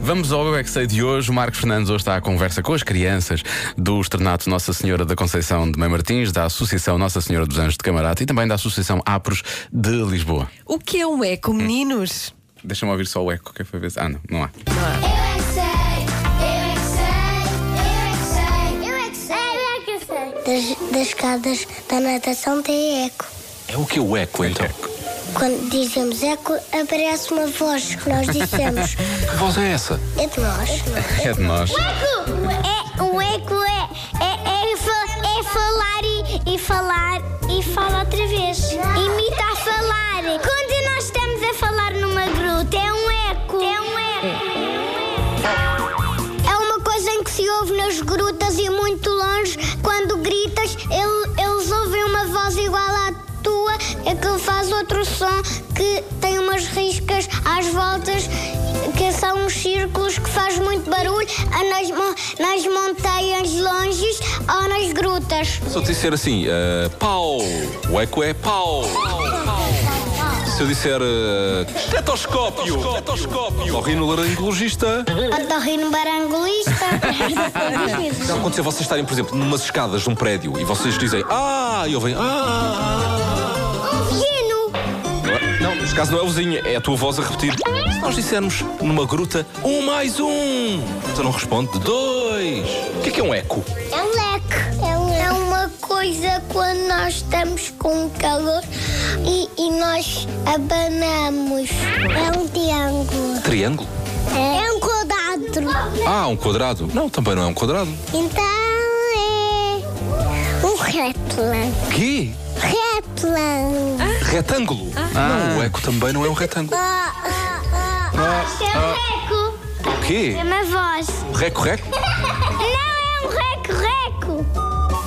Vamos ao Eu é que sei de hoje. O Marcos Fernandes hoje está à conversa com as crianças do Externato Nossa Senhora da Conceição de Mãe Martins, da Associação Nossa Senhora dos Anjos de Camarata e também da Associação Apros de Lisboa. O que é um eco, meninos? Deixa-me ouvir só o eco, que foi ver se- Ah, não, não há. Eu é que sei, eu é que sei, eu é que sei, eu é que sei, eu é que sei. Das, das escadas da natação tem eco. É o que o eco então? É. Quando dizemos eco, aparece uma voz que nós dissemos. Que voz é essa? é de nós. É de nós. Eco! É, o eco é, é, é, fa- é falar e, e falar e falar outra vez. Imita a falar. Quando nós estamos a falar numa gruta, é um eco. É um eco. É uma coisa em que se ouve nas grutas e muito longe. Quando gritas, ele- eles ouvem uma voz igual à tua, é que faz outro som que tem umas riscas às voltas, que são uns círculos que faz muito barulho ah, nas, mon- nas montanhas longes ou nas grutas. Se eu te disser assim, eh, pau, o eco é pau. Se eu disser eh, estetoscópio, estetoscópio, laringologista. Otorrino barangolista. Já aconteceu vocês estarem, por exemplo, numas escadas de um prédio e vocês dizem, ah, e ouvem, ah. Hieno. Não, é- não, neste caso não é o vizinho, é a tua voz a repetir. Se nós dissermos numa gruta, um mais um, tu não responde, dois. O que é que é um eco? É um leque. É, uma coisa quando nós estamos com calor e, e nós abanamos. É um triângulo. Triângulo? É, um quadrado. Ah, um quadrado. Não, também não é um quadrado. Então é um retângulo. Quê? Retângulo. Retângulo? Não, o eco também não é um retângulo. Ah, ah, ah, Isto é um reco. O quê? É uma voz. Reco, reco? Não, é um reco-reco.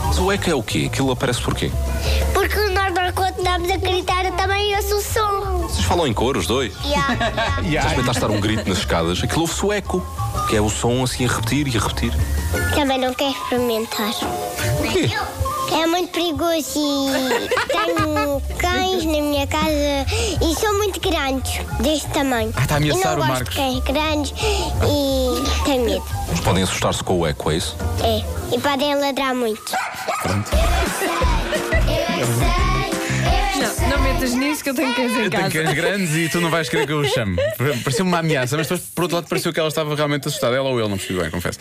Mas o eco é o quê? Aquilo aparece porquê? Porque nós, nós quando estamos a gritar, eu também ouço o som. Vocês falam em cor, os dois? Já experimentaste dar um grito nas escadas? Aquilo ouve-se o eco. Que é o som assim a repetir e a repetir. Também não quero experimentar. quê? É muito perigoso e tenho cães na minha casa e são muito grandes, deste tamanho. Ah, está a ameaçar o e não gosto Marcos. Ah. de cães grandes e tenho medo. Eles podem assustar-se com o eco, é isso? É. E podem ladrar muito. Não, não metas nisso que eu tenho que dizer em Eu tenho casa. cães grandes e tu não vais querer que eu os chame. Pareceu-me uma ameaça, mas depois, por outro lado, pareceu que ela estava realmente assustada. Ela ou ele, não percebi bem, confesso.